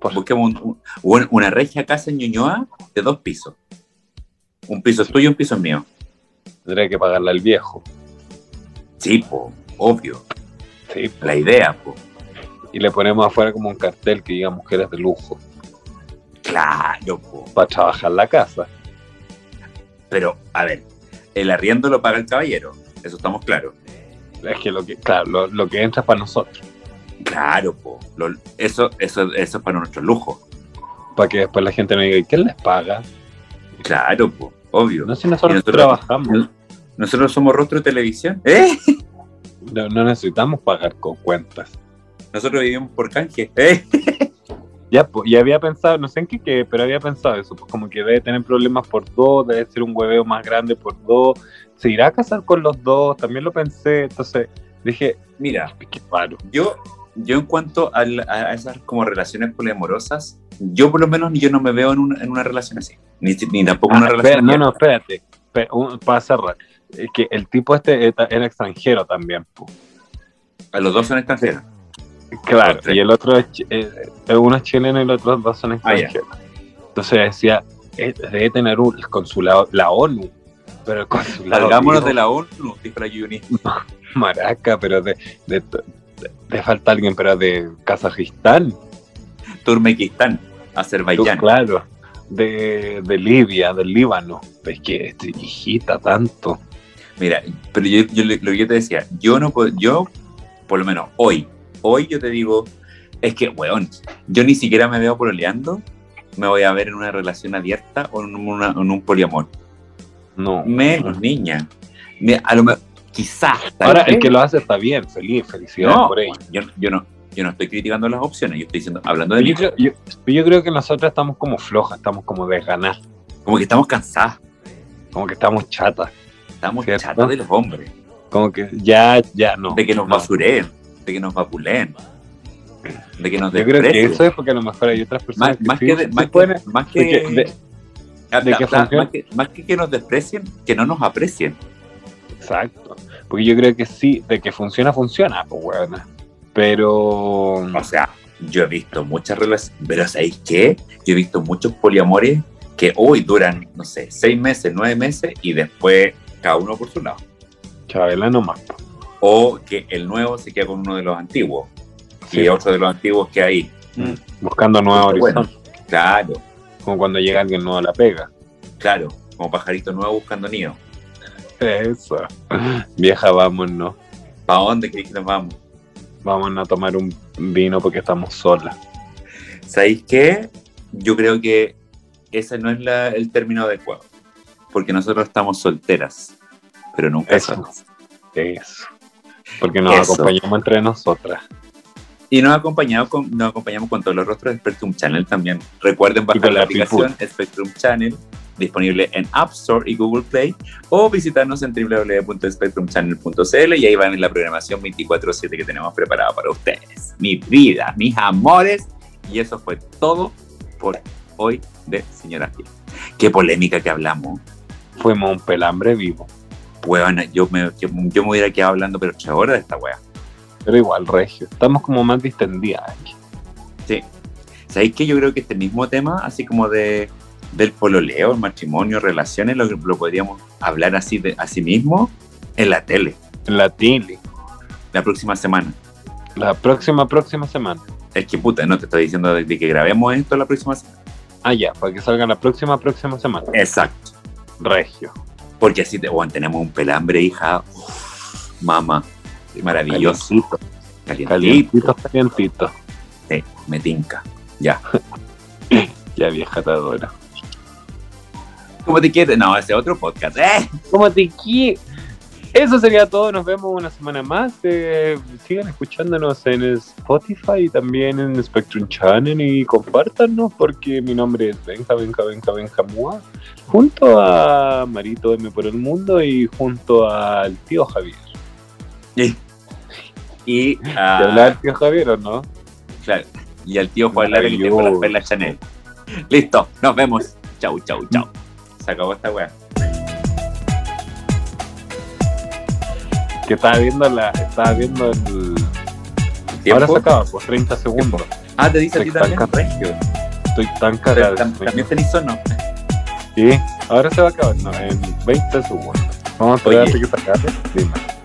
[SPEAKER 2] Busquemos un- un- hueón, una regia casa en Ñuñoa de dos pisos. Un piso es tuyo y un piso es mío.
[SPEAKER 1] Tendría que pagarle al viejo.
[SPEAKER 2] Sí, po, obvio.
[SPEAKER 1] Sí.
[SPEAKER 2] La idea, po.
[SPEAKER 1] Y le ponemos afuera como un cartel que diga mujeres de lujo.
[SPEAKER 2] Claro, po.
[SPEAKER 1] para trabajar la casa.
[SPEAKER 2] pero a ver, el arriendo lo paga el caballero, eso estamos claros.
[SPEAKER 1] Es que lo que, claro, lo, lo que entra es para nosotros,
[SPEAKER 2] Claro, po. Lo- eso, eso, eso es para nuestro lujo.
[SPEAKER 1] para que después la gente me diga, ¿quién les paga?
[SPEAKER 2] Claro, po, obvio.
[SPEAKER 1] No si nosotros,
[SPEAKER 2] Y nosotros-
[SPEAKER 1] trabajamos,
[SPEAKER 2] Nosotros somos rostro de televisión. ¿Eh?
[SPEAKER 1] no, no necesitamos pagar con cuentas.
[SPEAKER 2] Nosotros vivimos por canje. ¿Eh?
[SPEAKER 1] Ya, po, y había pensado, no sé en qué, quedé, pero había pensado eso, pues como que debe tener problemas por dos, debe ser un hueveo más grande por dos, se irá a casar con los dos, también lo pensé, entonces dije,
[SPEAKER 2] Mira,
[SPEAKER 1] qué raro.
[SPEAKER 2] yo, yo en cuanto al- a, a esas como relaciones poliamorosas, yo por lo menos yo no me veo en una, en una relación así. Ni, ni tampoco en
[SPEAKER 1] Ah,
[SPEAKER 2] una
[SPEAKER 1] espera,
[SPEAKER 2] relación.
[SPEAKER 1] no, no, espérate, Espera, un- para cerrar, es que el tipo este eta- era extranjero también, po.
[SPEAKER 2] A los dos son extranjeros.
[SPEAKER 1] Claro,
[SPEAKER 2] Perfecto.
[SPEAKER 1] y el otro es, chi- eh, eh, uno es chileno y los otros dos son
[SPEAKER 2] Ah, ya.
[SPEAKER 1] extranjeros. Entonces decía, eh, debe tener un el consulado, la ONU, pero el consulado.
[SPEAKER 2] Salgámonos
[SPEAKER 1] dijo,
[SPEAKER 2] de la ONU, dijo la Yuni.
[SPEAKER 1] Maraca, pero de. de, de- de falta alguien, pero de Kazajistán.
[SPEAKER 2] Turmequistán,
[SPEAKER 1] Tú,
[SPEAKER 2] Azerbaiyán.
[SPEAKER 1] claro. De, de Libia, del Líbano. Es que este, hijita tanto.
[SPEAKER 2] Mira, pero yo, yo le- lo que yo te decía, yo no puedo, yo, por lo menos hoy, hoy yo te digo, es que, weón, yo ni siquiera me veo pololeando, me voy a ver en una relación abierta o en, una- en un poliamor.
[SPEAKER 1] No.
[SPEAKER 2] Menos, niña. Me- a lo mejor, quizás. tal
[SPEAKER 1] Ahora,
[SPEAKER 2] vez.
[SPEAKER 1] el que lo hace está bien, feliz, felicidades
[SPEAKER 2] no,
[SPEAKER 1] por ello.
[SPEAKER 2] yo, yo no, yo no estoy criticando las opciones, yo estoy diciendo, hablando de mí,
[SPEAKER 1] Yo creo, yo- yo creo que nosotros estamos como flojas, estamos como desganadas,
[SPEAKER 2] como que estamos cansadas,
[SPEAKER 1] como que estamos chatas.
[SPEAKER 2] estamos
[SPEAKER 1] ¿Cierto?
[SPEAKER 2] chatos de los hombres,
[SPEAKER 1] Como que ya, ya no.
[SPEAKER 2] de que nos
[SPEAKER 1] No.
[SPEAKER 2] basureen, de que nos vapuleen, de que nos
[SPEAKER 1] Yo creo que
[SPEAKER 2] desprecien.
[SPEAKER 1] eso es porque a lo mejor hay otras personas
[SPEAKER 2] más, más
[SPEAKER 1] sí
[SPEAKER 2] que de-
[SPEAKER 1] se
[SPEAKER 2] más que
[SPEAKER 1] pueden-
[SPEAKER 2] más que-
[SPEAKER 1] de que- de-
[SPEAKER 2] Ah,
[SPEAKER 1] de que
[SPEAKER 2] ah, ah,
[SPEAKER 1] funcione.
[SPEAKER 2] más que- más que que nos desprecien que no nos aprecien
[SPEAKER 1] Exacto. Porque yo creo que sí, de que funciona, funciona, pues weona. Pero
[SPEAKER 2] o sea yo he visto muchas relaciones pero sabéis qué yo he visto muchos poliamores que hoy duran no sé seis meses nueve meses y después cada uno por su lado
[SPEAKER 1] Chabela pues. nomás. po.
[SPEAKER 2] o que el nuevo se queda con uno de los antiguos
[SPEAKER 1] Sí,
[SPEAKER 2] y otro de los antiguos que hay
[SPEAKER 1] Mm. buscando nuevos
[SPEAKER 2] Pero bueno.
[SPEAKER 1] horizontes.
[SPEAKER 2] claro
[SPEAKER 1] Como cuando llega alguien nuevo a la pega.
[SPEAKER 2] claro como pajarito nuevo buscando nido
[SPEAKER 1] Eso. Vieja, vámonos.
[SPEAKER 2] ¿para dónde crees que nos vamos?
[SPEAKER 1] Vámonos a tomar un vino porque estamos solas.
[SPEAKER 2] ¿Sabéis qué? Yo creo que ese no es la- el término adecuado. Porque nosotros estamos solteras, pero nunca
[SPEAKER 1] Eso.
[SPEAKER 2] solas.
[SPEAKER 1] Eso. Porque nos
[SPEAKER 2] Eso.
[SPEAKER 1] acompañamos entre nosotras.
[SPEAKER 2] Y nos, acompañado con, nos acompañamos con todos los rostros de Spectrum Channel también. Recuerden
[SPEAKER 1] Y con
[SPEAKER 2] bajar la
[SPEAKER 1] la
[SPEAKER 2] aplicación Spectrum Channel, disponible en App Store y Google Play, o visitarnos en www.spectrumchannel.cl y ahí van en la programación 24-7 que tenemos preparada para ustedes. Mi vida, mis amores. Y eso fue todo por hoy de Señora Fiel. Qué polémica que hablamos.
[SPEAKER 1] Fuimos un pelambre vivo.
[SPEAKER 2] Bueno, yo me, yo, yo me hubiera quedado hablando, pero tres horas de esta wea.
[SPEAKER 1] Pero igual, Regio. Estamos como más distendidas aquí.
[SPEAKER 2] Sí. ¿Sabéis que yo creo que este mismo tema, así como de del pololeo, el matrimonio, relaciones, lo, lo podríamos hablar así de así mismo en la tele
[SPEAKER 1] En la tele.
[SPEAKER 2] la próxima semana.
[SPEAKER 1] La próxima, próxima semana.
[SPEAKER 2] Es que puta, no te estoy diciendo desde que grabemos esto la próxima semana.
[SPEAKER 1] Ah, ya, para que salga la próxima, próxima semana.
[SPEAKER 2] Exacto.
[SPEAKER 1] Regio.
[SPEAKER 2] Porque así, te, bueno, tenemos un pelambre, hija, Uf, mamá, maravilloso,
[SPEAKER 1] Calientito,
[SPEAKER 2] calientito,
[SPEAKER 1] calientito, calientito.
[SPEAKER 2] Sí, me tinca.
[SPEAKER 1] Ya vieja te adoro.
[SPEAKER 2] ¿Cómo te quieres? No, ese otro podcast. ¡Eh!
[SPEAKER 1] ¿Cómo te qui- Eso sería todo. Nos vemos una semana más. Eh, sigan escuchándonos en Spotify y también en Spectrum Channel y compártanos porque mi nombre es Benja, Benja, Benja, Benja Mua, Junto a Marito M por el Mundo y junto al tío Javier.
[SPEAKER 2] Y
[SPEAKER 1] ¿Te
[SPEAKER 2] ah,
[SPEAKER 1] hablaba el tío Javier o no?
[SPEAKER 2] Claro. Y al tío Juan Lara que
[SPEAKER 1] Maravilloso.
[SPEAKER 2] con las perlas Chanel. Listo, nos vemos. Chau, chau, chau. Se acabó esta weá.
[SPEAKER 1] Que estaba viendo la. Estaba viendo el.
[SPEAKER 2] ¿Tiempo?
[SPEAKER 1] Ahora se acaba, pues 30 segundos.
[SPEAKER 2] Ah, te dice a ti
[SPEAKER 1] Se estanca.
[SPEAKER 2] también. Regio.
[SPEAKER 1] Estoy tan
[SPEAKER 2] Pero
[SPEAKER 1] cagado.
[SPEAKER 2] tam- También tenés sono.
[SPEAKER 1] Sí, ahora se va a acabar, no, en 20 segundos. Vamos a esperar
[SPEAKER 2] Oye.
[SPEAKER 1] hasta que se acabe. Dime.